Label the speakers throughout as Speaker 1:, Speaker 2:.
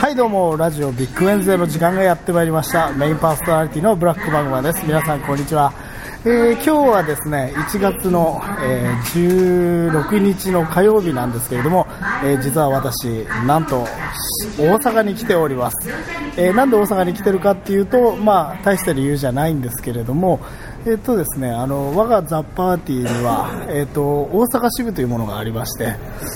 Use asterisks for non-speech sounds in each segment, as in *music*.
Speaker 1: はいどうもラジオビッグウェンズデーの時間がやってまいりましたメインパーソナリティのブラックバグマです皆さんこんにちは、えー今日はですね1月の、えー16日の火曜日なんですけれども、えー実は私なんと大阪に来ております、えーなんで大阪に来てるかっていうとまあ大した理由じゃないんですけれどもえーっ、とですねあの我がザ・パーティーには、えーっと大阪支部というものがありまして、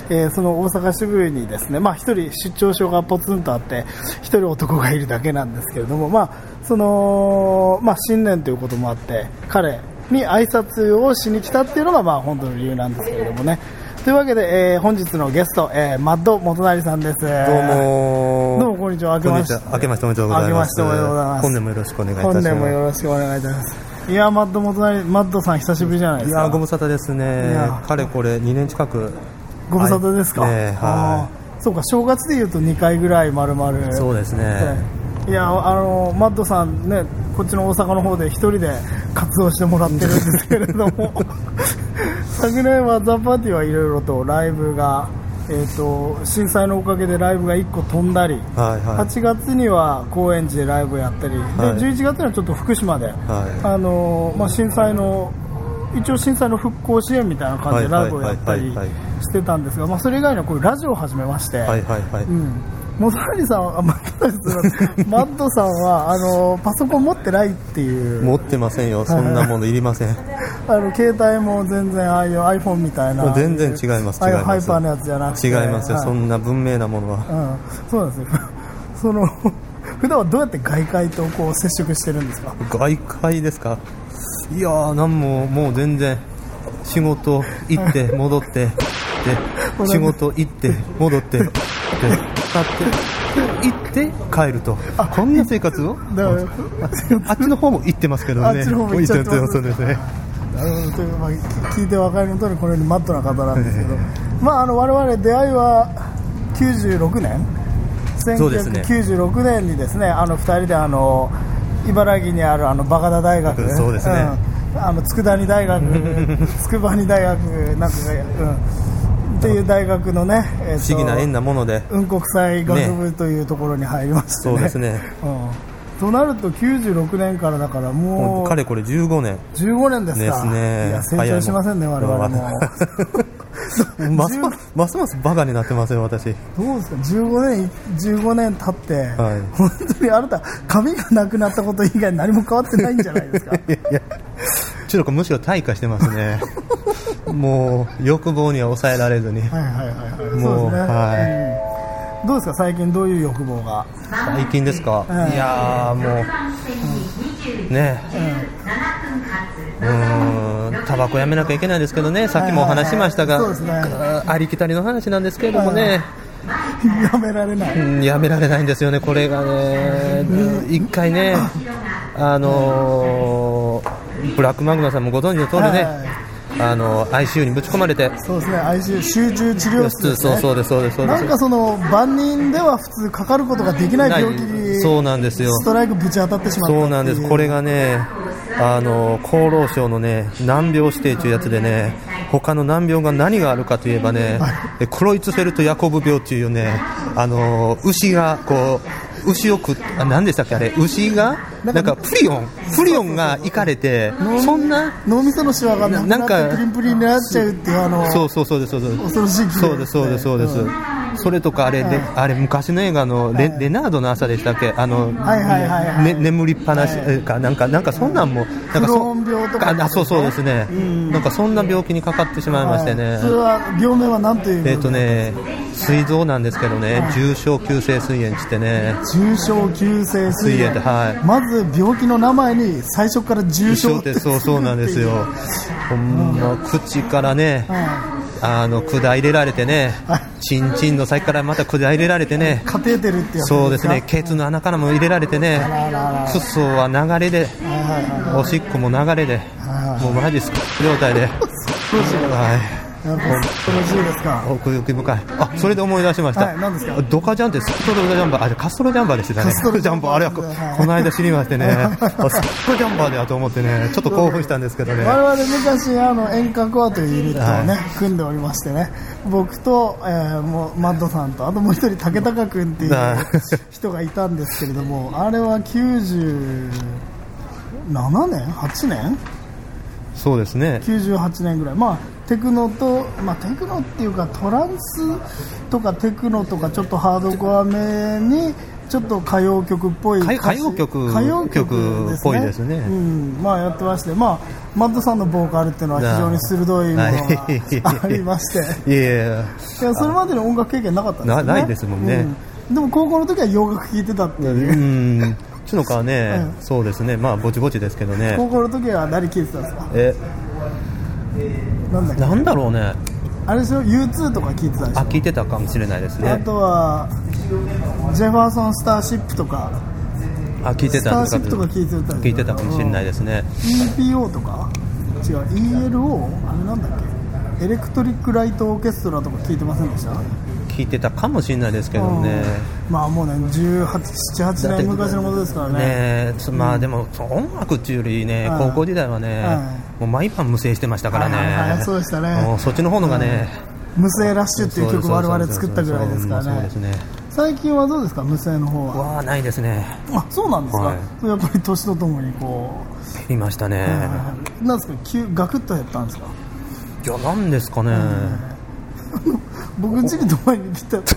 Speaker 1: えーその大阪支部にですね、まあ、1人出張所がポツンとあって1人男がいるだけなんですけれども、まあそのまあ、新年ということもあって彼に挨拶をしに来たっていうのが、まあ、本当の理由なんですけれどもね。というわけで、えー本日のゲスト、えーマッド元成さんです。どう
Speaker 2: どうもー
Speaker 1: どうもこんにちは明け
Speaker 2: こん
Speaker 1: ま
Speaker 2: に
Speaker 1: し
Speaker 2: ち
Speaker 1: て
Speaker 2: は明けましておめでとうございます
Speaker 1: 明けましておめでとうございます
Speaker 2: 本年もよろしくお願いいたしま
Speaker 1: 本
Speaker 2: す
Speaker 1: 年もよろしくお願いいたします。いや、マッド元成、マッドさん久しぶりじゃないで
Speaker 2: い
Speaker 1: すか。
Speaker 2: やーご無沙汰です
Speaker 1: い
Speaker 2: ね
Speaker 1: や
Speaker 2: かれこれ2年近く
Speaker 1: ご無沙汰ですか、
Speaker 2: はいねえ
Speaker 1: あ
Speaker 2: は
Speaker 1: ーそうか正月でいうと2回ぐらい丸々
Speaker 2: いそうですね
Speaker 1: いやあのマッドさんねこっちの大阪の方で一人で活動してもらってるんですけれど
Speaker 2: *laughs*
Speaker 1: も昨年はザ・パーティーはいろいろとライブが、えー、と震災のおかげでライブが1個飛んだり
Speaker 2: はいはい
Speaker 1: 8月には高円寺でライブやったり、
Speaker 2: はい
Speaker 1: で11月にはちょっと福島で、
Speaker 2: は
Speaker 1: あのまあ、震災の一応震災の復興支援みたいな感じで
Speaker 2: はい
Speaker 1: ライブをやったり
Speaker 2: はいはいはい
Speaker 1: してたんですが、まあ、それ以外のこういうラジオを始めまして、
Speaker 2: いはいはいはい
Speaker 1: うん、モトナリさんはあマッドナリさ
Speaker 2: *laughs*
Speaker 1: んマッドさんはあのパソコン持ってないっていう
Speaker 2: 持ってませんよそんなものいりま
Speaker 1: *laughs*
Speaker 2: せん
Speaker 1: あの携帯も全然ああいう iPhone みたい
Speaker 2: も
Speaker 1: な
Speaker 2: う全然違います
Speaker 1: ああ
Speaker 2: 違
Speaker 1: い
Speaker 2: いう
Speaker 1: ハ
Speaker 2: ま
Speaker 1: イ
Speaker 2: す
Speaker 1: パーのやつじゃなくて
Speaker 2: 違いますよ
Speaker 1: は
Speaker 2: そんな文明なものは
Speaker 1: うん、そうなんですよ *laughs* その普段はどうやって外界とこう接触してるんですか
Speaker 2: 外界ですかいやーなんももう全然仕事行って戻ってで仕事行って戻ってで立って行って帰るとこんな生活
Speaker 1: *laughs*
Speaker 2: を
Speaker 1: だから
Speaker 2: あっちの方も行ってますけどね
Speaker 1: あっちの方も行っちゃってます
Speaker 2: 行っちゃってますね
Speaker 1: なるほどというまあ聞いて分かる通りこのようにマットな方なんですけど、まああの我々出会いは96年
Speaker 2: そうですね
Speaker 1: 1996年にですねあの2人であの茨城にあるあのバカダ大学
Speaker 2: そうですね
Speaker 1: うん、あの佃煮
Speaker 2: *laughs*
Speaker 1: 大学筑波に大学なんかが、うん、っていう大学のね、えっと
Speaker 2: 不思議な縁なもので
Speaker 1: 運国際学部というところに入りまして、ね
Speaker 2: そうですね
Speaker 1: うん、となると96年からだからも
Speaker 2: も
Speaker 1: う
Speaker 2: うかれこれ15年
Speaker 1: 15年ですか
Speaker 2: ですね
Speaker 1: いや成長しませんね我
Speaker 2: 早
Speaker 1: 々
Speaker 2: いもん
Speaker 1: も
Speaker 2: *laughs* ますますますますバカになってますよ私
Speaker 1: どうですか15年15年経って、
Speaker 2: はい
Speaker 1: 本当にあなた髪がなくなったこと以外何も変わってないんじゃない
Speaker 2: *laughs*
Speaker 1: ですか
Speaker 2: いやいやちょっとむしろ退化してます
Speaker 1: *laughs*
Speaker 2: ねもう欲望には抑えられずに
Speaker 1: はいはいはいはい
Speaker 2: もう
Speaker 1: そうですね、
Speaker 2: は
Speaker 1: うんどうですか最近どういう欲望
Speaker 2: *laughs*
Speaker 1: が
Speaker 2: 最近ですか、
Speaker 1: うん
Speaker 2: いやーもうねうーんタバコやめなきゃいけないですけどねさっきもお話ししました
Speaker 1: は
Speaker 2: が、
Speaker 1: いはいはいそうですね
Speaker 2: ありきたりの話なんですけれども
Speaker 1: はいはい
Speaker 2: ね、
Speaker 1: やめられない、
Speaker 2: うんやめられないんですよねこれがね一回ねあのーブラックマグナさんもご存知の通りね、
Speaker 1: はい
Speaker 2: あの ICU にぶち込まれて
Speaker 1: そうですね ICU 集中治療室です、ね、
Speaker 2: そうそうですそうですそうで
Speaker 1: な
Speaker 2: す
Speaker 1: んかその万人では普通かかることができない病気に
Speaker 2: そうなんですよ
Speaker 1: ストライクぶち当たってしまったってい
Speaker 2: そうなんです、これがね、あの厚労省のね難病指定というやつでね、他の難病が何があるかといえばね、えクロイツフェルト・ヤコブ病というね、あの牛がこう、牛を食っあ何でしたっけ、あれ、牛が、なんかプリオン、プリオンがいかれて、そんな、
Speaker 1: 脳みそのシワがなく
Speaker 2: なん
Speaker 1: なっ
Speaker 2: か
Speaker 1: てプリンプリンになっちゃうっていうあの
Speaker 2: そうそうそうです、そうです。
Speaker 1: 恐ろしい気
Speaker 2: そうです、そうです、そうです。それとかあれ、であれ昔の映画のレ,、レナードの朝でしたっけ、あの、
Speaker 1: はいはいはいはい
Speaker 2: ね眠りっぱなしえか、なんか、なんかそんなんも、なんか
Speaker 1: ク
Speaker 2: そ
Speaker 1: ローン病とか
Speaker 2: あそうそうですね、なんかそんな病気にかかってしまいましてね、
Speaker 1: はいそれは病名は何というの
Speaker 2: えっ、とね、膵臓なんですけどね、重症急性膵炎ってね、
Speaker 1: 重症急性
Speaker 2: 膵
Speaker 1: 膵
Speaker 2: 炎って、
Speaker 1: 炎
Speaker 2: はい。
Speaker 1: まず病気の名前に最初から重
Speaker 2: 重症
Speaker 1: 症
Speaker 2: ってそうそうなんですよ、ほんま口からね、
Speaker 1: は
Speaker 2: あの管入れられてね
Speaker 1: はい、
Speaker 2: ちんちんの先からまた管入れられてね、
Speaker 1: カテーテルってやつ
Speaker 2: そうですね、
Speaker 1: か
Speaker 2: ケツの穴からも入れられてね
Speaker 1: らあらあ、ら
Speaker 2: クソは流れで、
Speaker 1: はいはいはい
Speaker 2: おしっこも流れで
Speaker 1: は、い
Speaker 2: もうマジスッ状態で、はい、
Speaker 1: なんか楽しいですか。
Speaker 2: 奥行き深いあそれで思い出しました、
Speaker 1: はい何ですか
Speaker 2: ドカジャンってスットドカジャンバーあじゃあカストロジャンバーでした
Speaker 1: カ
Speaker 2: ね
Speaker 1: ストロジャンバー
Speaker 2: あれはこ
Speaker 1: はい
Speaker 2: この間知りましてね
Speaker 1: *laughs*
Speaker 2: あスットジャンバーだと思ってねちょっと興奮したんですけどね
Speaker 1: 我々昔あの遠隔アというユニットをね、
Speaker 2: は
Speaker 1: 組んでおりましてね僕と、えーもうマッドさんとあともう一人竹高君っていう
Speaker 2: はい
Speaker 1: 人がいたんですけれどもあれは97年8年
Speaker 2: そうですね
Speaker 1: 98年ぐらいまあテクノと、まあ、テクノっていうかトランスとかテクノとかちょっとハードコアめにちょっと歌謡曲っぽい
Speaker 2: 歌
Speaker 1: 歌詞
Speaker 2: 謡歌謡曲
Speaker 1: 歌謡曲
Speaker 2: っぽいですね
Speaker 1: うん、まあやってましてまあマッドさんのボーカルっていうのは非常に鋭いものがありまして
Speaker 2: いえいえ
Speaker 1: いやそれまでの音楽経験なかったんですよね
Speaker 2: なないですもんね、
Speaker 1: うんでも高校の時は洋楽聴いてたっていうう、
Speaker 2: んちのかはね、
Speaker 1: う
Speaker 2: そうですねまあぼちぼちですけどね
Speaker 1: 高校の時は何聴いてたんですか
Speaker 2: え
Speaker 1: なんだっけ
Speaker 2: なんだろうね
Speaker 1: あれでしょ U2 とか聴いてたでしょ
Speaker 2: あ聞いてたかもしれないです
Speaker 1: あ
Speaker 2: ね
Speaker 1: とはジェファーソン・スターシップとか
Speaker 2: あ聞いてたんで
Speaker 1: スターシ
Speaker 2: す
Speaker 1: ップとか聞いてたんですか
Speaker 2: 聞いてたかもしれないですね
Speaker 1: EPO とか違う ELO あれなんだっけエレクトリック・ライト・オーケストラとか聞いてませんでした
Speaker 2: 聞いてたかもしれないですけどね、
Speaker 1: うんまあもうね1878年昔のことですからね
Speaker 2: ねえつまあでも、音楽っていうよりね、
Speaker 1: うん
Speaker 2: 高校時代はね、
Speaker 1: は
Speaker 2: もう毎晩無声してましたからね、
Speaker 1: はいはいはいそうでしたね
Speaker 2: もうそっちの方のがね、
Speaker 1: 無声ラッシュっていう曲を我々作ったぐらいですから
Speaker 2: そう
Speaker 1: ね
Speaker 2: ですね
Speaker 1: 最近はどうですか無声の方
Speaker 2: う
Speaker 1: は
Speaker 2: わあないですね
Speaker 1: あそうなんですか、
Speaker 2: は
Speaker 1: やっぱり年とともにこ
Speaker 2: 減りましたね、
Speaker 1: う、なんですか急ガクッと減ったんですか
Speaker 2: いやなんですかね、
Speaker 1: 僕ん家に泊まりに来た時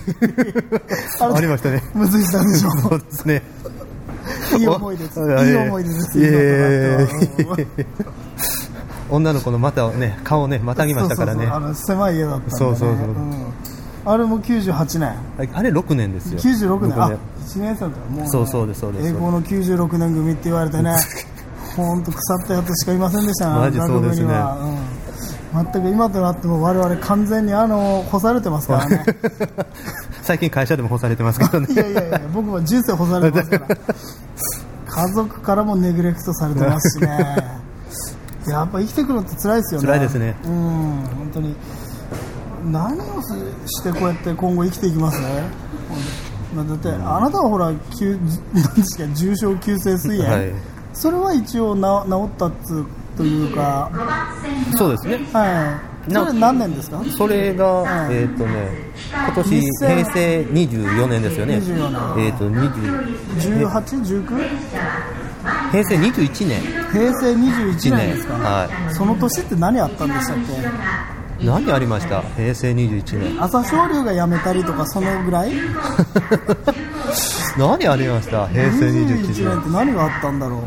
Speaker 1: あ
Speaker 2: ありましたね
Speaker 1: むずいしたんでしょ
Speaker 2: そうですね
Speaker 1: いい思いです。い
Speaker 2: おあ
Speaker 1: い思い出です。
Speaker 2: いえ
Speaker 1: い
Speaker 2: い
Speaker 1: いことがあって
Speaker 2: え女の子の股をね顔をねまたぎましたから
Speaker 1: そ
Speaker 2: ね
Speaker 1: うそうそうあの狭い家だったんでね。
Speaker 2: そうそうそうん
Speaker 1: あれも98年。
Speaker 2: あれ6年ですよ
Speaker 1: 96年。あ
Speaker 2: 僕ね、
Speaker 1: 1年生だからもうね。
Speaker 2: そうそうですそうです
Speaker 1: 英語の96年組って言われ
Speaker 2: *laughs*
Speaker 1: てね、ほんと腐ったやつしかいませんでしたね
Speaker 2: マジそうですね。
Speaker 1: あの学部にはうん全く今となっても我々完全にあの干されてますから
Speaker 2: *laughs*
Speaker 1: ね。
Speaker 2: 最近会社でも干されてますけどね
Speaker 1: *laughs* いやいやいや、僕は人生干されてますから。家族からもネグレクトされてますしね。
Speaker 2: *laughs*
Speaker 1: やっぱ生きてくるって辛いですよね。
Speaker 2: 辛いですね
Speaker 1: うん、本当に。何をしてこうやって今後生きていきますね。まあ、だって、あなたはほら、急、何ですか、重症急性膵炎。
Speaker 2: はい
Speaker 1: それは一応な治ったっつうというか、
Speaker 2: そうですね
Speaker 1: はい。
Speaker 2: な
Speaker 1: それ何年ですか
Speaker 2: それが、
Speaker 1: うん
Speaker 2: えっ、とね、今年、
Speaker 1: 2000
Speaker 2: 平成24年ですよね。
Speaker 1: 24
Speaker 2: えっ、と、20
Speaker 1: ?18?19?
Speaker 2: 平成21年。
Speaker 1: 平成21
Speaker 2: 1
Speaker 1: 年です
Speaker 2: 年。
Speaker 1: か、
Speaker 2: は
Speaker 1: その年って何あったんでしたっけ
Speaker 2: い。何ありました平成21年。
Speaker 1: 朝青龍が辞めたりとかそのぐらい
Speaker 2: 何ありました平成
Speaker 1: 21年
Speaker 2: 21
Speaker 1: っ
Speaker 2: 年。
Speaker 1: て何があったんだろう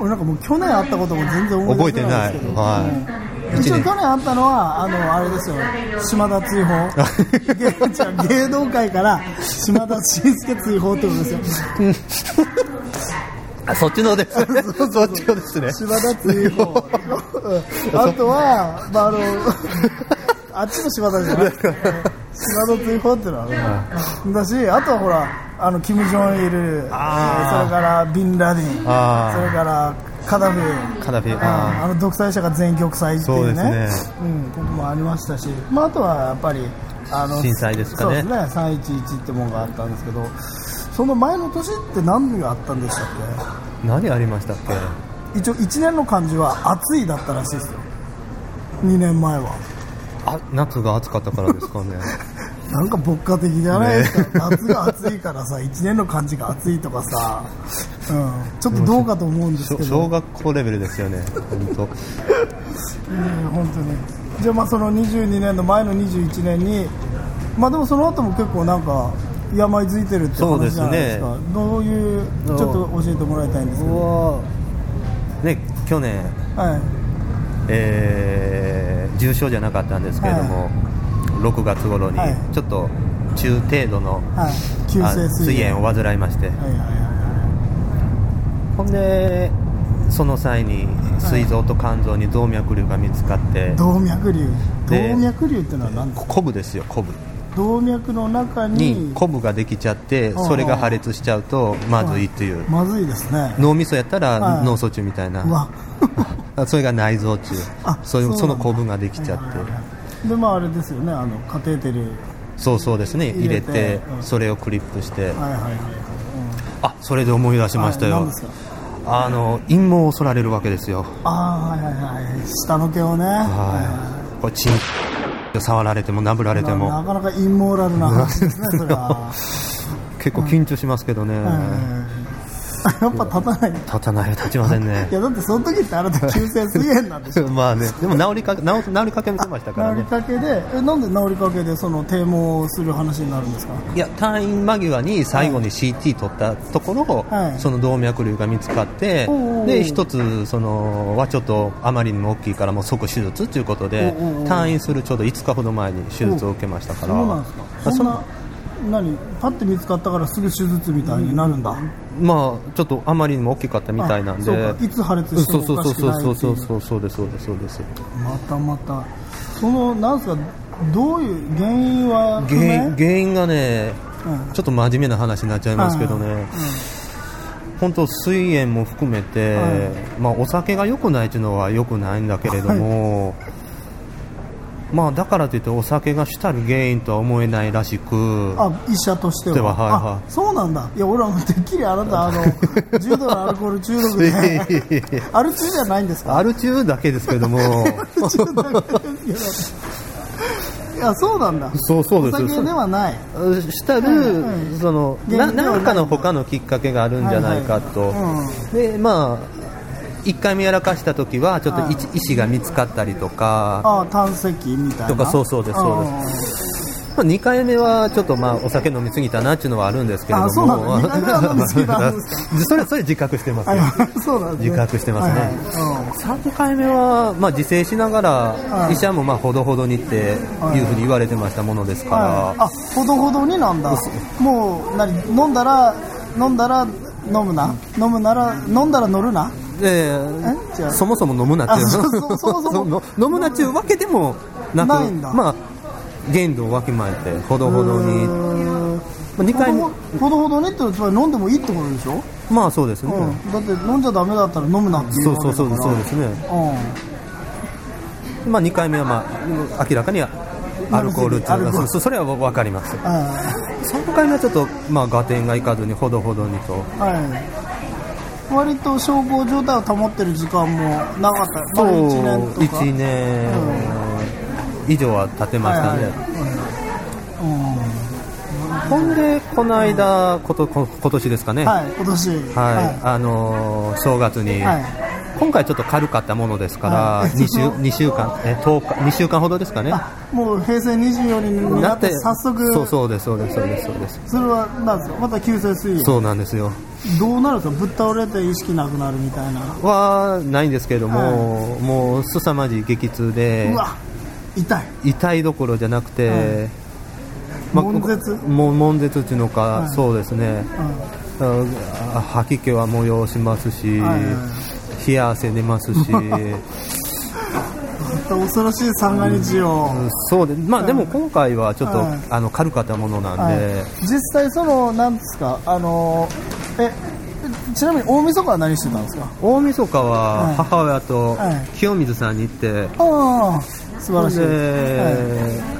Speaker 1: 俺なんかもう去年あったことも全然思い出せないですけど
Speaker 2: 覚えてないはい
Speaker 1: 一応
Speaker 2: 一年
Speaker 1: 去年あったのはあのあれですよ島田追放
Speaker 2: *laughs*
Speaker 1: 芸芸能界から島田紳介追放ってことですよ
Speaker 2: あ、そっちのですね。 *laughs* そっちのですね。
Speaker 1: 島田追放
Speaker 2: *laughs*
Speaker 1: うんあとは、まあ、あのあっちの島田じゃなくて島田追放っていうのはあるだしあとはほらあのキム・ジョンイルそれ
Speaker 2: あー
Speaker 1: からビンラディンそれ
Speaker 2: あー
Speaker 1: からカダフィ
Speaker 2: カダフィ、
Speaker 1: あ
Speaker 2: あ
Speaker 1: の独裁者が全玉砕っていうね
Speaker 2: そうですね
Speaker 1: うん、こともありましたし、まあ、あとはやっぱりあの
Speaker 2: 震災ですかね
Speaker 1: そうですね311ってもんがあったんですけどその前の年って何があったんでしたっけ
Speaker 2: ー何ありましたっけ
Speaker 1: 一応1年の漢字は暑いだったらしいですよ2年前は
Speaker 2: あ、夏が暑かったからですか *laughs* ね。
Speaker 1: なんか牧歌的じゃないですか、夏が暑いからさ1年の漢字が暑いとかさ、うん、ちょっとどうかと思うんです
Speaker 2: 小
Speaker 1: けど、
Speaker 2: 小学校レベルですよね。本
Speaker 1: うん本当にじゃあまあその22年の前の21年にまあでもその後も結構なんか病づいてるって
Speaker 2: そうで
Speaker 1: 話
Speaker 2: す
Speaker 1: じ
Speaker 2: ね
Speaker 1: ゃないですかどういうちょっと教えてもらいたいんですけど
Speaker 2: 当。ね、去年、
Speaker 1: はい
Speaker 2: えー重症じゃなかったんですけれども、
Speaker 1: は
Speaker 2: 6月頃に
Speaker 1: はい
Speaker 2: ちょっと中程度の、
Speaker 1: はい急
Speaker 2: あ
Speaker 1: 性
Speaker 2: 膵
Speaker 1: 膵炎
Speaker 2: 炎を患いまして、
Speaker 1: はいはいは
Speaker 2: ほんでその際に膵臓と肝臓に動脈瘤が見つかって
Speaker 1: い動脈瘤
Speaker 2: で
Speaker 1: 動脈瘤ってのは何ですか
Speaker 2: こぶですよこぶ
Speaker 1: 動脈の中に
Speaker 2: にこぶができちゃって
Speaker 1: ああ
Speaker 2: それが破裂しちゃうとまずいっていう
Speaker 1: まずいですね
Speaker 2: 脳みそやった
Speaker 1: は
Speaker 2: ら
Speaker 1: い
Speaker 2: 脳卒中みたいな
Speaker 1: うわ *laughs*
Speaker 2: あそれが内臓中
Speaker 1: あ
Speaker 2: そういう
Speaker 1: そう
Speaker 2: そ
Speaker 1: な
Speaker 2: の
Speaker 1: んだ
Speaker 2: 構文ができちゃって、
Speaker 1: はいはいはいでまああれですよねあのカテーテル
Speaker 2: そうそうですね入れ
Speaker 1: 入れ
Speaker 2: て
Speaker 1: てうん
Speaker 2: それをクリップして
Speaker 1: はいはいはいはい、うん
Speaker 2: あそれで思い出しました
Speaker 1: はい
Speaker 2: よ
Speaker 1: 何ですか
Speaker 2: あの陰謀を剃られるわけですよ
Speaker 1: ああはいはいはい下の毛をね
Speaker 2: はいこれチン触られても殴られて
Speaker 1: な
Speaker 2: も
Speaker 1: かなかインモーラルな話ですねそれは、
Speaker 2: 結構緊張しますけどね
Speaker 1: はい、やっぱ立たない
Speaker 2: 立たない立ちませんね
Speaker 1: *laughs* いやだってその時ってあなた急性すげえなんでしょ
Speaker 2: まあねでも治りかけ治治りかけ見せましたから
Speaker 1: 治り
Speaker 2: ね
Speaker 1: かけでえなんで治りかけでその堤防をする話になるんですか
Speaker 2: いや退院間際に最後に CT 取ったところ、
Speaker 1: はい
Speaker 2: その動脈瘤が見つかって、
Speaker 1: おうおう
Speaker 2: で一つそのはちょっとあまりにも大きいからもう即手術ということで、
Speaker 1: おうおうおう
Speaker 2: 退院するちょうど5日ほど前に手術を受けましたから、
Speaker 1: そうなんですかそんな何パッて見つかったからすぐ手術みたいになるんだ、
Speaker 2: まあちょっとあまりにも大きかったみたいなんで、
Speaker 1: あそうかいつ破裂して
Speaker 2: そう
Speaker 1: も
Speaker 2: そ
Speaker 1: お
Speaker 2: う
Speaker 1: か
Speaker 2: そう
Speaker 1: しく
Speaker 2: そう
Speaker 1: ない
Speaker 2: そう
Speaker 1: ってい
Speaker 2: そううそうそうですそうですそうです
Speaker 1: またまたそのなんですかどういう原因は不
Speaker 2: 原因
Speaker 1: 明
Speaker 2: 原因がね
Speaker 1: うん
Speaker 2: ちょっと真面目な話になっちゃいますけどね、
Speaker 1: はいはいはい
Speaker 2: 本当膵炎も含めて、
Speaker 1: は
Speaker 2: まあ、お酒が良くないというのは良くないんだけれども、まあ、だからといってお酒が主たる原因とは思えないらしく
Speaker 1: あ医者としては
Speaker 2: でははいはい
Speaker 1: あそうなんだいや俺はもうてっきりあなた
Speaker 2: *laughs*
Speaker 1: あの重度のアルコール中毒
Speaker 2: いやいやいやい
Speaker 1: で
Speaker 2: や
Speaker 1: アル中じゃないんですか
Speaker 2: アル中だけですけども
Speaker 1: *laughs* ちょっとだけですけどいやそうなんだ
Speaker 2: そうそう
Speaker 1: お
Speaker 2: です
Speaker 1: 酒ではない
Speaker 2: したる、
Speaker 1: はいはい
Speaker 2: その
Speaker 1: 原
Speaker 2: な
Speaker 1: 因ではない
Speaker 2: なんかの他のきっかけがあるんじゃないかと、
Speaker 1: はいは
Speaker 2: でまあ1回目やらかした時はちょっと
Speaker 1: はい
Speaker 2: い石が見つかったりとか
Speaker 1: ああ胆石みたいな
Speaker 2: とかそうそうですそうですまあ、2回目はちょっとまあお酒飲みすぎたなっていうのはあるんですけれど
Speaker 1: あ
Speaker 2: も
Speaker 1: そうなんだ二回目は飲みすぎたんで
Speaker 2: *laughs* それそれ自覚してます
Speaker 1: あ
Speaker 2: よ、
Speaker 1: そうなんですね
Speaker 2: 自覚してますね
Speaker 1: はいはい
Speaker 2: 3回目はまあ自制しながら
Speaker 1: い
Speaker 2: 医者もまあほどほどにっていうふうに言われてましたものです
Speaker 1: は
Speaker 2: か
Speaker 1: い、あほどほどになんだもう何飲んだら飲んだら飲むな飲むなら飲んだら乗るな
Speaker 2: らで
Speaker 1: えじゃあ
Speaker 2: そもそも飲むなってい
Speaker 1: あそうそう
Speaker 2: う
Speaker 1: そもそ
Speaker 2: *laughs*
Speaker 1: も
Speaker 2: の飲むなっていうわけでもなく
Speaker 1: ないんだ
Speaker 2: まあ限度をわきまえてほどほどに
Speaker 1: うーん
Speaker 2: まあ二回目
Speaker 1: ほどほどほどにってのはつまり飲んでもいいってことでしょ、
Speaker 2: まあそうですね、
Speaker 1: うん、だって飲んじゃダメだったら飲むなっていう
Speaker 2: そう
Speaker 1: わけ
Speaker 2: そう
Speaker 1: だから
Speaker 2: そうそうですね、
Speaker 1: う
Speaker 2: まあ、2回目は、まあ、明らかにアルコールってい
Speaker 1: アル
Speaker 2: う
Speaker 1: コール
Speaker 2: のがそうそれは分かります
Speaker 1: んは
Speaker 2: 3回目はちょっと、まあ、合点がいかずにほどほどにと
Speaker 1: いはい割と小康状態を保ってる時間もなかったまあ一年とか
Speaker 2: 1年以上は経てましたね、
Speaker 1: うん
Speaker 2: ほんでこの間ことこ今年ですかねはい、
Speaker 1: はい今年
Speaker 2: あのー正月に、
Speaker 1: はい
Speaker 2: 今回ちょっと軽かったものですから、
Speaker 1: はい
Speaker 2: 2, 週二週間え10日2週間ほどですかね
Speaker 1: あもう平成24年になって早速
Speaker 2: そうそうですそうですそうですそうです
Speaker 1: それはなんですかまた急性水炎
Speaker 2: そうなんですよ
Speaker 1: どうなるんですかぶっ倒れて意識なくなるみたいな
Speaker 2: はないんですけれども、もう凄まじい激痛で
Speaker 1: うわ痛い
Speaker 2: 痛いどころじゃなくて、
Speaker 1: うん悶絶
Speaker 2: も悶絶っていうのか、
Speaker 1: い
Speaker 2: そうですね
Speaker 1: うん
Speaker 2: あ吐き気は催しますし、
Speaker 1: はいは
Speaker 2: 冷や汗出ま
Speaker 1: *laughs*
Speaker 2: すし
Speaker 1: 恐ろしい三が日を、
Speaker 2: そうで,、まあ、でも今回はちょっと、
Speaker 1: はい
Speaker 2: あの軽かったものなん
Speaker 1: はい
Speaker 2: で、
Speaker 1: 実際そのなんですかあのえちなみに大晦日は何してたんですか
Speaker 2: 大晦日は母親と
Speaker 1: はい
Speaker 2: 清水さんに行って、
Speaker 1: ああ素晴らしい
Speaker 2: で
Speaker 1: は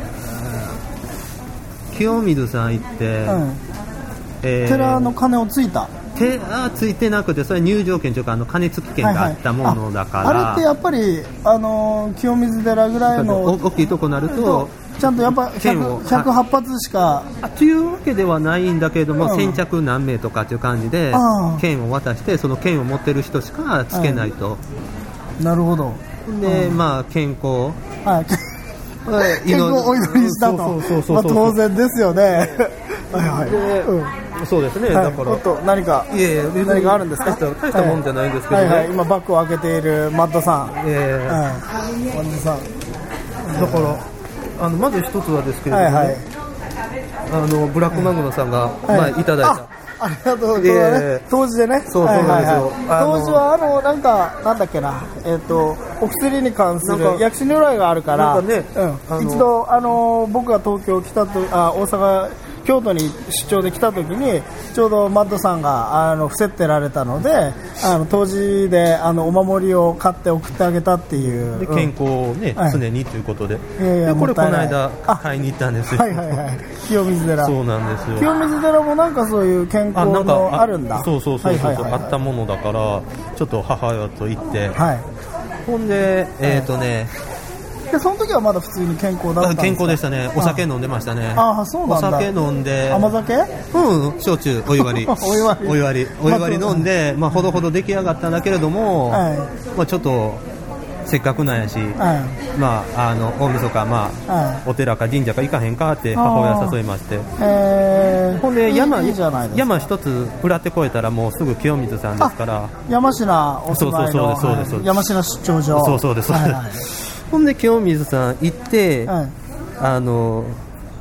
Speaker 2: 清水さん行って、
Speaker 1: いうん
Speaker 2: えー
Speaker 1: 寺の鐘をついた、は
Speaker 2: 手がついてなくてそれは入場券というかあの金付き
Speaker 1: い
Speaker 2: 券があったものだから、
Speaker 1: ああれってやっぱり、あのー清水寺ぐらい
Speaker 2: お
Speaker 1: の
Speaker 2: 大きいとこになると
Speaker 1: ちゃんとやっぱ
Speaker 2: 剣を
Speaker 1: 100 108発しか
Speaker 2: あというわけではないんだけれども、
Speaker 1: うん
Speaker 2: 先着何名とかっていう感じで
Speaker 1: ああ
Speaker 2: 券を渡してその券を持ってる人しかつけないと、
Speaker 1: なるほど、
Speaker 2: で、まあ健康
Speaker 1: はい、
Speaker 2: 祈
Speaker 1: 結構お祈りしたと
Speaker 2: そうそうそうそう
Speaker 1: まあ、当然です
Speaker 2: *laughs*
Speaker 1: よねはいはい、
Speaker 2: で
Speaker 1: うん
Speaker 2: そうですね、だか
Speaker 1: はい、おっ
Speaker 2: ら
Speaker 1: と何か
Speaker 2: いやいや別に
Speaker 1: 何かあるんですか
Speaker 2: 大した大したもんじゃないんですけど
Speaker 1: は
Speaker 2: ね
Speaker 1: いはいはい今バッグを開けているマッドさん、はい、
Speaker 2: えー
Speaker 1: マッドさん
Speaker 2: だからあのまず一つはですけれども、
Speaker 1: はいはい
Speaker 2: あのブラックマグナさんが、
Speaker 1: はい
Speaker 2: まあ、いただいた
Speaker 1: あありがとうございます、
Speaker 2: いえいえ
Speaker 1: 当時でね
Speaker 2: そうそうなんですよあの
Speaker 1: 当時はあのなんかなんだっけなえっ、とお薬に関する
Speaker 2: なんか
Speaker 1: 薬師如来があるから
Speaker 2: なんかね
Speaker 1: うん
Speaker 2: あの
Speaker 1: 一度あの僕が東京来たとあ大阪京都に出張で来た時にちょうどマッドさんがあの伏せってられたのであの当時であのお守りを買って送ってあげたっていう
Speaker 2: で
Speaker 1: うん
Speaker 2: 健康をね、
Speaker 1: はい
Speaker 2: 常にということで
Speaker 1: いやいや
Speaker 2: でこ
Speaker 1: も
Speaker 2: れ
Speaker 1: っ
Speaker 2: こ
Speaker 1: たい
Speaker 2: の
Speaker 1: ない
Speaker 2: 間
Speaker 1: あ
Speaker 2: 買いに行ったんですよ、
Speaker 1: はいはいはい清水寺
Speaker 2: そうなんですよ
Speaker 1: 清水寺もなんかそういう健康のあるんだ
Speaker 2: そうそうそうそう、
Speaker 1: はいはいはい
Speaker 2: あったものだからちょっと母親と行って、
Speaker 1: はい
Speaker 2: ほんでえっ、とね、
Speaker 1: でその時はまだ普通に健康だったんですか
Speaker 2: 健康でしたねお酒飲んでましたね
Speaker 1: ああそうなんだ
Speaker 2: お酒飲んで
Speaker 1: 甘酒。
Speaker 2: うん、焼酎、お湯割り
Speaker 1: *laughs* お湯割り
Speaker 2: お湯割り。お湯割り飲んで、まあ、ほどほど出来上がったんだけれども、
Speaker 1: はい
Speaker 2: まあ、ちょっと、せっかくなんやし、
Speaker 1: はい
Speaker 2: まあ、あの、大晦日、まあ、
Speaker 1: は
Speaker 2: お寺か神社か行かへんかって母親誘いまして。
Speaker 1: いえー、
Speaker 2: ほんで、山、
Speaker 1: いいじゃないですか
Speaker 2: 山一つ、裏手越えたらもうすぐ清水さんですから、
Speaker 1: 山科お住まいの
Speaker 2: そうそうそうですそうですそうです
Speaker 1: 山科出張所
Speaker 2: そうそうです
Speaker 1: はいはい
Speaker 2: ほんで、清水さん行って、
Speaker 1: はい
Speaker 2: あの、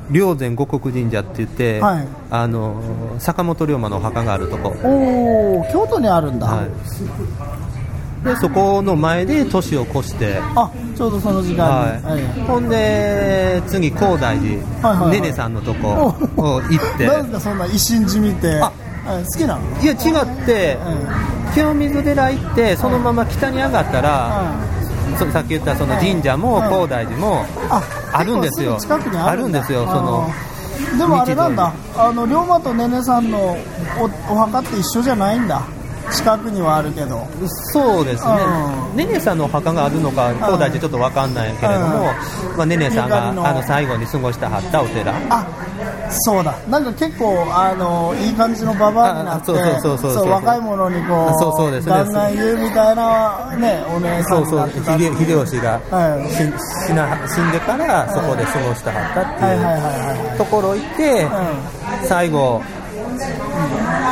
Speaker 2: 霊山五国神社って言って、
Speaker 1: はい
Speaker 2: あの、坂本龍馬のお墓があるとこ。
Speaker 1: おー京都にあるんだ、
Speaker 2: はい、でそこの前で年を越して、
Speaker 1: あちょうどその時間に、
Speaker 2: はいほんで次高
Speaker 1: はい
Speaker 2: 大寺、
Speaker 1: はいはい
Speaker 2: ねねさんのとこを行って
Speaker 1: なんですかそんな一心地見て
Speaker 2: あ
Speaker 1: はい好きなの、
Speaker 2: いや違って
Speaker 1: は
Speaker 2: 清水寺行ってそのまま北に上がったら、
Speaker 1: い
Speaker 2: そさっき言ったその神社も
Speaker 1: はい
Speaker 2: 高大寺も、
Speaker 1: あ
Speaker 2: あるんですよ
Speaker 1: 結構ぐ近くにあるんだ
Speaker 2: あるんですよその
Speaker 1: あーでもあれなんだあの龍馬とねねさんのおお墓って一緒じゃないんだ近くにはあるけど
Speaker 2: そうですね
Speaker 1: う
Speaker 2: ねねさんのお墓があるのか高大寺ちょっと分かんないけれども、まあ、ねねさんが
Speaker 1: ゆかりの
Speaker 2: あの最後に過ごしたはったお寺
Speaker 1: あそうだなんか結構あのいい感じのババアになって
Speaker 2: あそうそうそうそうそう
Speaker 1: 若い者にこう
Speaker 2: そうそうですね
Speaker 1: ガンガン言うみたいなねお姉さん
Speaker 2: そう
Speaker 1: に
Speaker 2: そ
Speaker 1: な
Speaker 2: う
Speaker 1: ってた
Speaker 2: 秀秀吉が
Speaker 1: はい
Speaker 2: 死死な死んでからそこで過ごしたかったって
Speaker 1: はいはいはいはい
Speaker 2: い
Speaker 1: はいう
Speaker 2: ところ行って、最後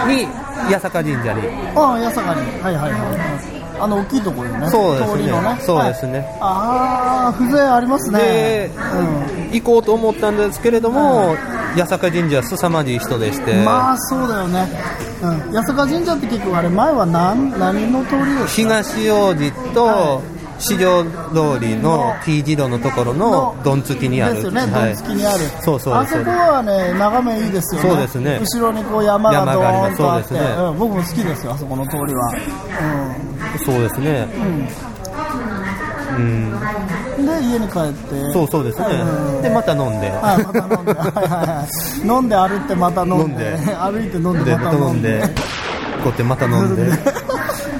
Speaker 2: に八坂神社に
Speaker 1: ああ八坂にはいはいはいあの大きいところよね
Speaker 2: そうですね
Speaker 1: 通りのね
Speaker 2: そうですね
Speaker 1: はいああ風情ありますね
Speaker 2: で
Speaker 1: う
Speaker 2: 行こうと思ったんですけれども、八坂神社は凄まじい人でして、
Speaker 1: ん、まあそうだよね、うん、八坂神社って結構あれ前は何何の通りですか
Speaker 2: 東王子と四条通りの T 字路のところのどんつきにある
Speaker 1: ですよね、
Speaker 2: はい
Speaker 1: ドンツキにある
Speaker 2: そうそう
Speaker 1: あそこはね眺めいいですよね
Speaker 2: そうですね
Speaker 1: 後ろにこう山が
Speaker 2: 山
Speaker 1: ド
Speaker 2: があ
Speaker 1: ー
Speaker 2: り
Speaker 1: ン
Speaker 2: ます
Speaker 1: とあって
Speaker 2: そうですね
Speaker 1: うん、僕も好きですよあそこの通りは、
Speaker 2: そうですね、うん、
Speaker 1: うん、で家に帰って
Speaker 2: そうそうですね、
Speaker 1: うん
Speaker 2: でまた飲んで、
Speaker 1: はい、ま *laughs* た飲んで、はいはいはい、飲んで歩いてまた飲んで
Speaker 2: 飲ん
Speaker 1: *laughs*
Speaker 2: で
Speaker 1: 歩いて飲んで
Speaker 2: で
Speaker 1: また
Speaker 2: また
Speaker 1: 飲
Speaker 2: 飲
Speaker 1: ん
Speaker 2: ん
Speaker 1: で
Speaker 2: でこうやってまた飲んで
Speaker 1: ずるね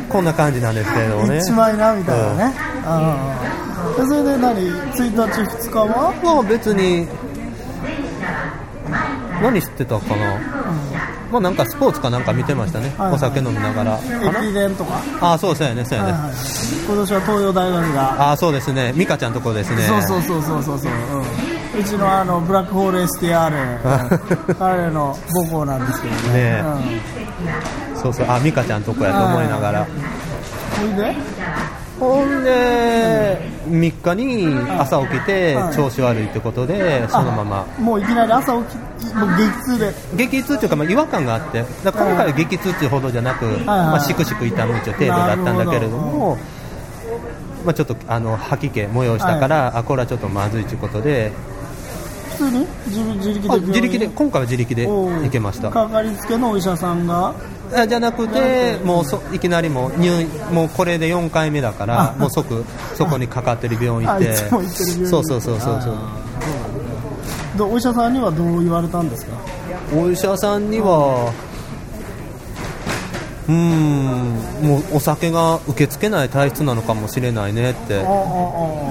Speaker 2: こんな感じなんですけれどもね
Speaker 1: *laughs* 一枚なみたいなね、うんでそれで何1日2日は
Speaker 2: うんまあ別に何知ってたかな、まあなんかスポーツかなんか見てましたね、
Speaker 1: はいはい
Speaker 2: お酒飲みながらかな
Speaker 1: 駅伝とか、はい
Speaker 2: ああそうそうやねそうや
Speaker 1: は
Speaker 2: ね、
Speaker 1: い、今年は東洋大学が
Speaker 2: ああそうですね美香ちゃんとこですね
Speaker 1: そうそうそうそうそうそう、うん、うちのあのブラックホール
Speaker 2: *laughs*
Speaker 1: STR うん彼の母校なんですけどね
Speaker 2: ねそうそうあ美香ちゃんとこやと思いながら
Speaker 1: うん、ほいで
Speaker 2: ほんで3日に朝起きて
Speaker 1: はい
Speaker 2: 調子悪いってことでそのまま
Speaker 1: あもういきなり朝起きもう激痛で
Speaker 2: 激痛っていうか、まあ、違和感があってだから今回は激痛っていうほどじゃなく、まあ、しくしく痛むっていう程度だったんだけれどもまあ、ちょっとあの吐き気催したから、あこれはちょっとまずいということで
Speaker 1: 普通に自分自力で
Speaker 2: あ
Speaker 1: 病院
Speaker 2: 自力で今回は自力で
Speaker 1: おう
Speaker 2: 行けました
Speaker 1: かかりつけのお医者さんが
Speaker 2: あじゃなくてもうそいきなりもう入院もうこれで4回目だからもう即そこにかかってる病院行って
Speaker 1: あいつも行ってる病院
Speaker 2: そうそうそうそうそう
Speaker 1: でお医者さんにはどう言われたんですか
Speaker 2: お医者さんにはうーんもうお酒が受け付けない体質なのかもしれないねってで
Speaker 1: ああああ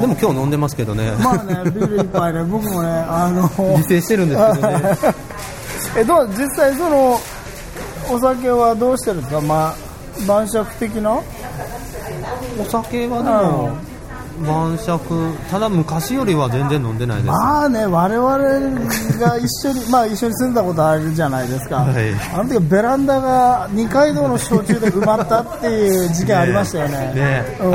Speaker 2: も今日飲んでますけどね、
Speaker 1: まあねビール一杯で僕もねあの
Speaker 2: *laughs*
Speaker 1: *laughs*
Speaker 2: 自制してるんですけどね
Speaker 1: えどう実際そのお酒はどうしてるんですか、まあ、晩酌的な
Speaker 2: お酒はでも晩酌ただ昔よりは全然飲んでないです
Speaker 1: まあね我々が一緒に *laughs* まあ一緒に住んだことあるじゃないですか、
Speaker 2: はい
Speaker 1: あの時ベランダが二階堂の焼酎で埋まったっていう事件ありましたよ *laughs* ね
Speaker 2: ねえ
Speaker 1: うん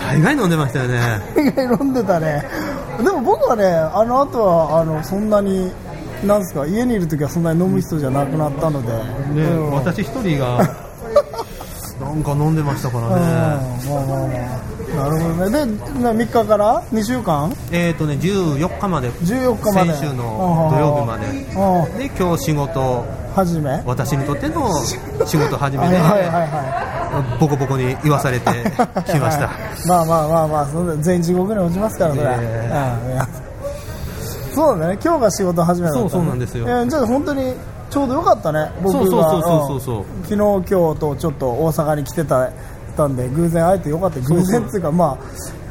Speaker 2: 大概飲んでましたよね
Speaker 1: 大概飲んでたね *laughs* でも僕はねあの後はあのそんなになんですか家にいる時はそんなに飲む人じゃなくなったので、
Speaker 2: ね、
Speaker 1: うん *laughs*
Speaker 2: 私一人がなんか飲んでましたか
Speaker 1: うん
Speaker 2: らね、
Speaker 1: まあまあまあなるほどねでな3日から2週間
Speaker 2: えっ、とね14日まで
Speaker 1: 14日まで
Speaker 2: 先週の土曜日まで
Speaker 1: あ
Speaker 2: で今日仕事
Speaker 1: あ初めはい
Speaker 2: 私にとっての仕事始め
Speaker 1: はい
Speaker 2: で
Speaker 1: はいは
Speaker 2: ボコボコに言わ
Speaker 1: *laughs*
Speaker 2: されて
Speaker 1: い
Speaker 2: きました
Speaker 1: はい *laughs* まあまあまあまあそんな全員地獄に落ちますからそれは、
Speaker 2: ねえ
Speaker 1: うんいやそうだね今日が仕事始めだったね
Speaker 2: そうそうなんですよ
Speaker 1: いやじゃあ本当にちょうどよかったね僕が
Speaker 2: そうそうそうそうそう
Speaker 1: うん昨日今日とちょっと大阪に来てたたんで偶然会えてよかった偶然っていうかまあ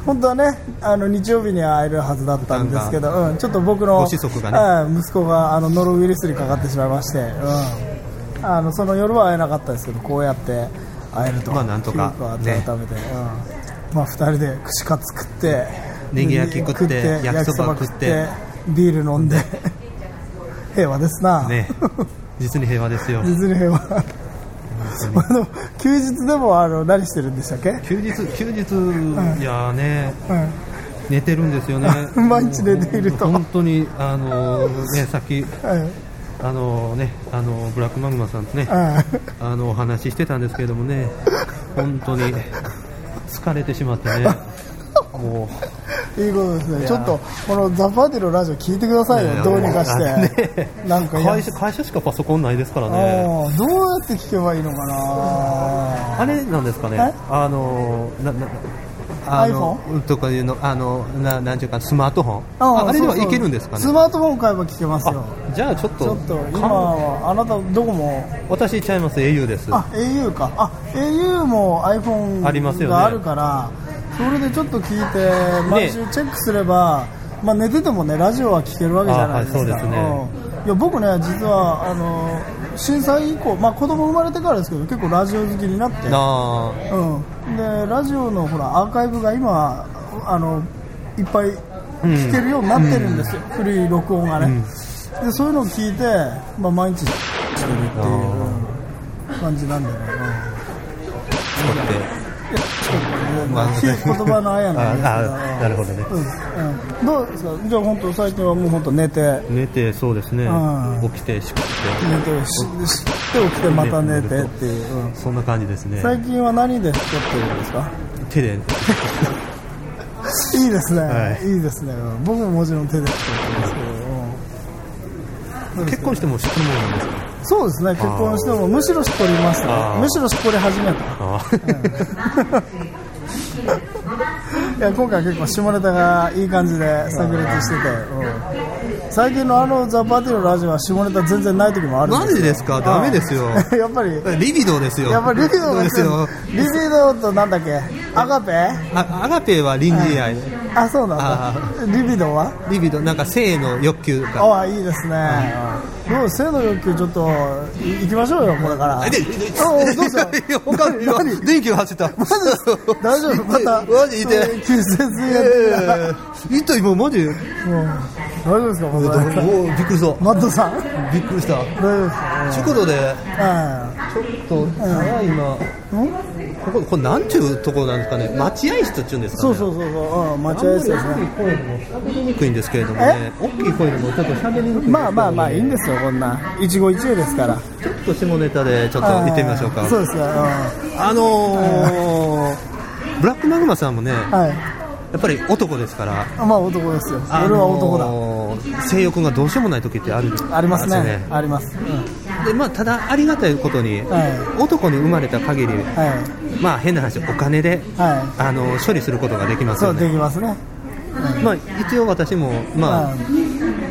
Speaker 1: 本当はねあの日曜日には会えるはずだったんですけど、うん、ちょっと僕の
Speaker 2: ご子息が
Speaker 1: うん息子があのノロウイルスにかかってしまいまして、うん、あのその夜は会えなかったですけどこうやって会えると
Speaker 2: まあなんとか
Speaker 1: いうこと
Speaker 2: ね
Speaker 1: 改めて、うんまあ、2人で串カツ食って
Speaker 2: ネギ焼き食って焼きそば食って
Speaker 1: ビール飲んで平和ですな、 *laughs*
Speaker 2: ね実に平和ですよ
Speaker 1: 実に平和あの休日でもあの何してるんでしたっけ、う
Speaker 2: 休日休日いやーね
Speaker 1: ん
Speaker 2: 寝てるんですよね
Speaker 1: *laughs* 毎日寝ていると
Speaker 2: 本当にあのーねさっき
Speaker 1: うん
Speaker 2: あのーねあのーブラックマグマさんとね
Speaker 1: う
Speaker 2: あのお話ししてたんですけれどもね、本当に疲れてしまって
Speaker 1: *laughs*
Speaker 2: ね、も
Speaker 1: ん、いいことですねちょっとこの「ザ・パーティのラジオ聞いてください
Speaker 2: いや
Speaker 1: よ
Speaker 2: いや
Speaker 1: どうにかして、
Speaker 2: ね
Speaker 1: なんか
Speaker 2: う
Speaker 1: いや
Speaker 2: 会社会社しかパソコンないですからね、
Speaker 1: あーどうやって聞けばいいのかな
Speaker 2: あれなんですかね、
Speaker 1: え
Speaker 2: あのななあのとかいうのあのななんていうかスマートフォン、ああれではいけるんですかね
Speaker 1: ス。マートフォン買えば聞けますよ
Speaker 2: あじゃあちょっ
Speaker 1: ちょ
Speaker 2: と
Speaker 1: っと今
Speaker 2: か
Speaker 1: はあなたどこも
Speaker 2: 私ちゃいます au です。
Speaker 1: あ au かあ au も iPhone
Speaker 2: ありますよね
Speaker 1: があるからそれでちょっと聞いて毎週チェックすれば、まあ、寝ててもねラジオは聞けるわけじゃないですか
Speaker 2: あはいそうですね
Speaker 1: うんいや僕ね実はあの震災以降、まあ、子供生まれてからですけど結構ラジオ好きになって
Speaker 2: なあ
Speaker 1: うん、でラジオのほらアーカイブが今あのいっぱい聞けるようになってるんですよ、古い録音がね、でそういうのを聞いて、まあ、毎日してるっていう感じなんだよね、
Speaker 2: 使って
Speaker 1: うん
Speaker 2: まあ
Speaker 1: 非言葉のあやなんです
Speaker 2: ああなるほどね
Speaker 1: けど、うんうん、どうですかじゃあ本当最近はもう本当寝て
Speaker 2: 寝てそうですね
Speaker 1: う。
Speaker 2: 起きてしくって
Speaker 1: 寝てししして起きてまた寝てっていう、うん
Speaker 2: そんな感じですね。
Speaker 1: 最近は何で作ってるんですか
Speaker 2: 手で
Speaker 1: いいですね、、
Speaker 2: はい
Speaker 1: いですね、うん僕ももちろん手で作ってますけど、うん
Speaker 2: 結婚しても質問なんですか。
Speaker 1: そうですね、結婚しても、むしろしっぽりました
Speaker 2: あ
Speaker 1: ね、
Speaker 2: ー
Speaker 1: むしろしっぽり始めた、
Speaker 2: あー
Speaker 1: いや今回結構、下ネタがいい感じで炸裂してて、うん最近のあのザ・パーティーのラジオは下ネタ全然ない時もあるん
Speaker 2: マジですかダメですよ。 *laughs*
Speaker 1: よ、 *laughs* やっぱり、
Speaker 2: リビドーですよ。
Speaker 1: やっぱりリビドー
Speaker 2: で
Speaker 1: ですすよ
Speaker 2: よ。、
Speaker 1: リビドーとなんだっけ、アガペ
Speaker 2: あアガペは臨時愛。
Speaker 1: あ、そうなんだ、リビドーは
Speaker 2: リビドー、なんか性の欲求が。
Speaker 1: ああいいですね、どう性の欲求ちょっとい行きましょうよこれから
Speaker 2: あででで
Speaker 1: おうどう
Speaker 2: *laughs*
Speaker 1: した
Speaker 2: いやおかん今
Speaker 1: 何
Speaker 2: 電気が走った。マジ
Speaker 1: 大丈夫また
Speaker 2: *laughs* マジ痛い
Speaker 1: えー急性水
Speaker 2: え
Speaker 1: 炎って
Speaker 2: え痛いもうマジ。お
Speaker 1: もう大丈夫ですかこれ
Speaker 2: おびっくりした。
Speaker 1: マットさん
Speaker 2: びっくりした。
Speaker 1: 大丈夫ですか
Speaker 2: ちゅうことで、
Speaker 1: え
Speaker 2: ちょっと、ただ今、
Speaker 1: えん
Speaker 2: ここ、これなんちゅうところなんですかね。待合室っちゅうんですか
Speaker 1: そ
Speaker 2: ね。
Speaker 1: うそうそうそううん待ち合わせですね
Speaker 2: 大きい声でも喋りにくいんですけれどもね、大きい声でもちょっと喋りにくいんですけれどもね
Speaker 1: まあまあまあいいんですよこんな一期一会ですから
Speaker 2: ちょっと下ネタでちょっと行ってみましょうか
Speaker 1: あー。そうですねうん
Speaker 2: あのー、ブラックマグマさんもね、や
Speaker 1: はい
Speaker 2: っぱり男ですから、
Speaker 1: あまあ男ですよ
Speaker 2: あ
Speaker 1: 俺は男だ
Speaker 2: のー性欲がどうしようもない時ってある
Speaker 1: あります
Speaker 2: よ
Speaker 1: ねありますうん
Speaker 2: で、まあ、ただありがたいことに、
Speaker 1: は
Speaker 2: 男に生まれた限り、
Speaker 1: はい
Speaker 2: まあ変な話、お金で、
Speaker 1: は
Speaker 2: あのー処理することができま
Speaker 1: い
Speaker 2: す
Speaker 1: そ
Speaker 2: よ
Speaker 1: うで
Speaker 2: ね。
Speaker 1: きますね
Speaker 2: まあ、一応私も、まあ
Speaker 1: は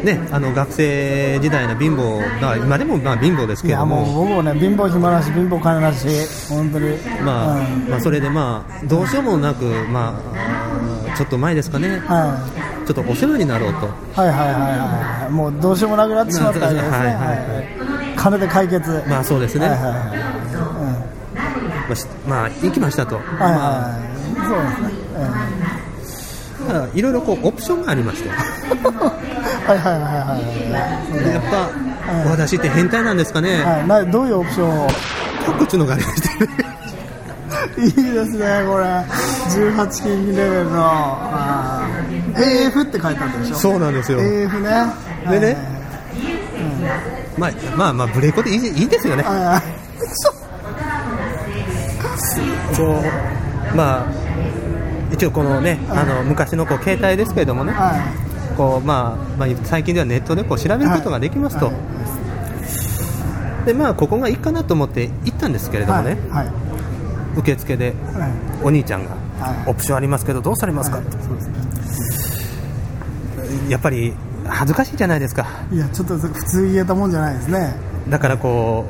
Speaker 1: い
Speaker 2: ね、あの学生時代の貧乏、まあ、今でもまあ貧乏ですけ
Speaker 1: い
Speaker 2: れ
Speaker 1: や
Speaker 2: ど
Speaker 1: も
Speaker 2: も
Speaker 1: う。僕もね貧乏暇なし貧乏金なし本当に
Speaker 2: まあ
Speaker 1: うん
Speaker 2: まあ、それで、まあ、どうしようもなく、まあ、ちょっと前ですかね、
Speaker 1: はい
Speaker 2: ちょっとお世話になろうと、
Speaker 1: はいはいはいはいもうどうしようもなくなってしまったわけですね、
Speaker 2: はいはい
Speaker 1: はい金で解決
Speaker 2: まあそうですね、
Speaker 1: はい
Speaker 2: ま
Speaker 1: はいはい
Speaker 2: あしまあ、行きましたと、
Speaker 1: うんはいはい
Speaker 2: まあ
Speaker 1: はいそうですね、うん
Speaker 2: ただいろいろこうオプションがありまして、
Speaker 1: はいはいはいはい
Speaker 2: でやっぱ、私って変態なんですかね、
Speaker 1: はい、はい、などういうオプションを
Speaker 2: パックっちゅうのがありまして、
Speaker 1: いいですねこれ18金レベルのあー AF って書いてあったでしょ
Speaker 2: そうなんですよ、
Speaker 1: AF ね
Speaker 2: でね
Speaker 1: はいはい
Speaker 2: まあ、まあ、まあ、ブレイクでいいいいですよね、
Speaker 1: あ
Speaker 2: こうまあ、一応このね、あの昔のこう携帯ですけれどもね、
Speaker 1: はい
Speaker 2: こうまあまあ、最近ではネットでこう調べることができますと、
Speaker 1: はい
Speaker 2: でまあ、ここがいいかなと思って行ったんですけれどもね、
Speaker 1: はい
Speaker 2: 受付で
Speaker 1: はい
Speaker 2: お兄ちゃんが、
Speaker 1: はい
Speaker 2: オプションありますけど、どうされますか、
Speaker 1: はいそうですね
Speaker 2: やっぱり恥ずかしいじゃないですか、
Speaker 1: いやちょっと普通言えたもんじゃないですね
Speaker 2: だからこ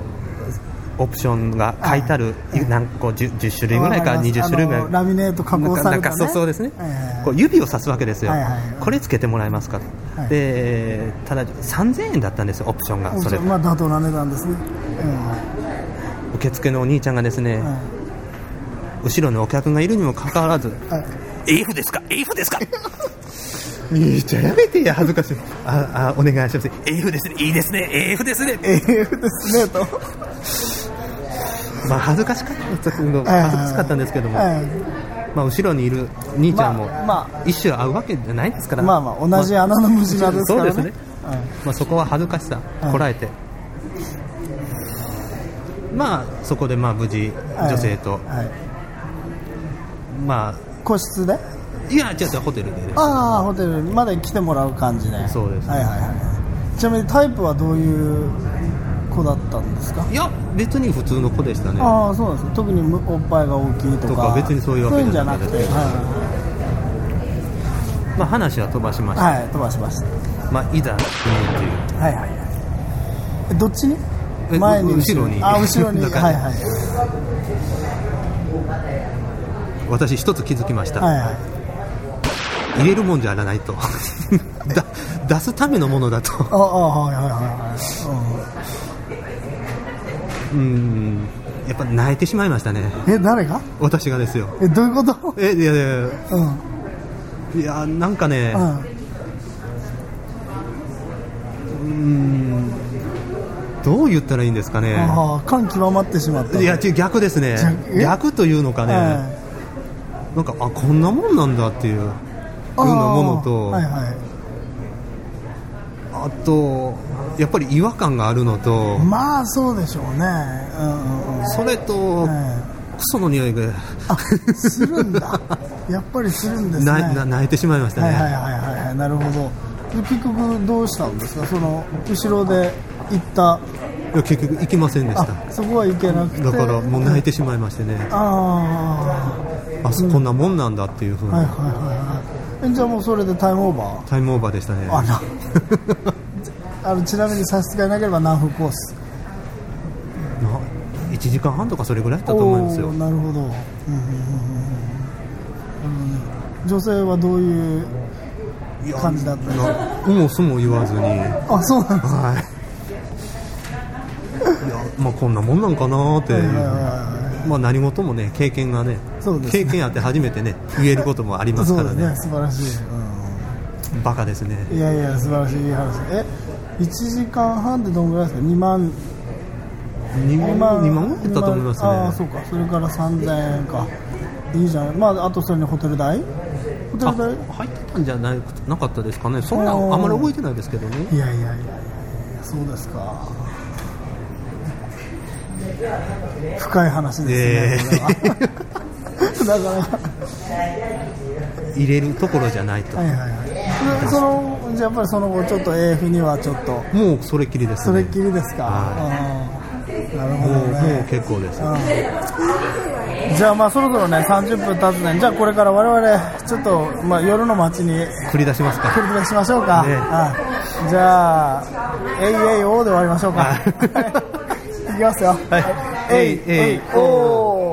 Speaker 2: う、オプションが書いてある、なんかこう 10, 10種類ぐらいか、
Speaker 1: わります
Speaker 2: 20種類ぐらい
Speaker 1: あのラミネート加工さ
Speaker 2: な
Speaker 1: れ
Speaker 2: んか
Speaker 1: た、ね、
Speaker 2: なんかそうそうですね、
Speaker 1: ええ
Speaker 2: こう指を指すわけですよ、
Speaker 1: はいはいはい
Speaker 2: これつけてもらえますかと、
Speaker 1: はい
Speaker 2: でただ3000円だったんですよ、オプションが、それ、
Speaker 1: まあ妥当な値段ですね、え
Speaker 2: 受付のお兄ちゃんがですね、
Speaker 1: えは
Speaker 2: 後ろにお客がいるにもかかわらず、
Speaker 1: いはい
Speaker 2: AF ですか、AF ですか。 *laughs* いいじゃやめてや恥ずかしいああお願いします AF ですねいいですね AF ですね
Speaker 1: AF ですねと
Speaker 2: まあ恥ずかしかった恥ずかしかったんですけども、
Speaker 1: は
Speaker 2: まあ、後ろにいる兄ちゃんも、
Speaker 1: まあま
Speaker 2: 一種合うわけじゃないですか
Speaker 1: い
Speaker 2: ら、
Speaker 1: まあまあ同じ穴の虫歯ですからね
Speaker 2: そうですね
Speaker 1: はい
Speaker 2: まあ、そこは恥ずかしさ
Speaker 1: はい
Speaker 2: こらえて、まあそこでまあ無事
Speaker 1: はい
Speaker 2: 女性と、
Speaker 1: はい
Speaker 2: まあ
Speaker 1: 個室で
Speaker 2: いや違う違うホテルでね
Speaker 1: ああホテルにまで来てもらう感じで
Speaker 2: そうですね
Speaker 1: はいはいはいちなみにタイプはどういう子だったんですか
Speaker 2: いや別に普通の子でしたね
Speaker 1: ああそうなんですね特にむおっぱいが大きいとか
Speaker 2: とか別にそういうわけ
Speaker 1: そうん
Speaker 2: じ
Speaker 1: じ
Speaker 2: ゃ
Speaker 1: ゃ
Speaker 2: な
Speaker 1: な
Speaker 2: く
Speaker 1: く
Speaker 2: て
Speaker 1: ては
Speaker 2: まあ、話は飛ばしま
Speaker 1: い、
Speaker 2: した、
Speaker 1: はい、飛ばしました
Speaker 2: まあ、いざ死ぬっていう
Speaker 1: はいはいはいえどっちに
Speaker 2: え
Speaker 1: 前に
Speaker 2: う後ろに
Speaker 1: あ後
Speaker 2: *laughs*
Speaker 1: ろに
Speaker 2: だ
Speaker 1: はい
Speaker 2: か
Speaker 1: は
Speaker 2: ら
Speaker 1: いはい
Speaker 2: 私一つ気づきました、
Speaker 1: はい
Speaker 2: 入れるもんじゃないと *laughs* だ出すためのものだと
Speaker 1: ああはいはいはいは
Speaker 2: うんやっぱ泣いてしまいましたね
Speaker 1: い、うん、え誰が
Speaker 2: 私がですよ
Speaker 1: えどういうこと
Speaker 2: えいやいやい
Speaker 1: うん
Speaker 2: やいやなんかね
Speaker 1: うん
Speaker 2: どう言ったらいいんですかね
Speaker 1: ああ感極まってしまった
Speaker 2: いや違う逆ですね
Speaker 1: じゃえ
Speaker 2: 逆というのかね、
Speaker 1: はい
Speaker 2: なんかあこんなもんなんだっていうふう
Speaker 1: あ
Speaker 2: な
Speaker 1: あ
Speaker 2: ものと、
Speaker 1: はいはい
Speaker 2: あとやっぱり違和感があるのと、
Speaker 1: まあそうでしょうねうんうんうん
Speaker 2: それと、
Speaker 1: え
Speaker 2: クソの匂いが
Speaker 1: えあするん
Speaker 2: *laughs*
Speaker 1: だやっぱりするんですね
Speaker 2: なな泣いてしまいましたね、
Speaker 1: はいはいはいはいはいなるほどで結局どうしたんですかその後ろで行った
Speaker 2: いや結局行きませんでした
Speaker 1: あそこは行けなくて
Speaker 2: だからもう泣いてしまいましてね
Speaker 1: あ
Speaker 2: あこんなもんなんだっていうふう
Speaker 1: あはいはい
Speaker 2: な
Speaker 1: はいはいえじゃあもうそれでタイムオーバー
Speaker 2: タイムオーバーでしたね
Speaker 1: あら *laughs* あのちなみに差し支えなければ南風コース
Speaker 2: な1時間半とかそれぐらいだったと思います
Speaker 1: お
Speaker 2: よ
Speaker 1: ーなるほど、うんうんうんうんうんあのね女性はどういう感じだったんですか
Speaker 2: なもうすも言わずには
Speaker 1: あそうなんですか
Speaker 2: いいやまあこんなもんなんかなーっていう、まあ、何事もね経験がね
Speaker 1: そうです
Speaker 2: 経
Speaker 1: ね
Speaker 2: 験あって初めてね言えることもあります
Speaker 1: そ
Speaker 2: か
Speaker 1: うで
Speaker 2: ら
Speaker 1: すね素
Speaker 2: ね
Speaker 1: 晴らしい、
Speaker 2: バカですね
Speaker 1: うん、いやいや素晴らしいいい話え一時間半でどんぐらいですか2万
Speaker 2: 2万
Speaker 1: 2
Speaker 2: ,2
Speaker 1: 万
Speaker 2: 万ぐらいだったと思いますね
Speaker 1: ああそうかそれから3000円かいいじゃないまああとそれにホテル代ホテ
Speaker 2: あ
Speaker 1: ル代
Speaker 2: 入ってたんじゃなくなかったですかね、そんなあんまり覚えてないですけどね、
Speaker 1: いやいやいやいやいやそうですか深い話ですね、
Speaker 2: え
Speaker 1: これはだから
Speaker 2: 入れるところじゃないと、
Speaker 1: はいはいはい。そのじゃあやっぱりその後ちょっと AF にはちょっと
Speaker 2: もうそれっきりです
Speaker 1: それ
Speaker 2: ね、
Speaker 1: っきりですか。うんなるほ
Speaker 2: もう
Speaker 1: ど
Speaker 2: もう
Speaker 1: ね。
Speaker 2: 結構です、
Speaker 1: じゃあまあそろそろね30分経つね。じゃあこれから我々ちょっとまあ夜の街に
Speaker 2: 繰り出しますか、
Speaker 1: 繰り出しましょうか。
Speaker 2: ね
Speaker 1: はいじゃあえい *laughs* えいおーで終わりましょうか。
Speaker 2: はい
Speaker 1: いきますよ。
Speaker 2: はいえいえいおー
Speaker 1: おー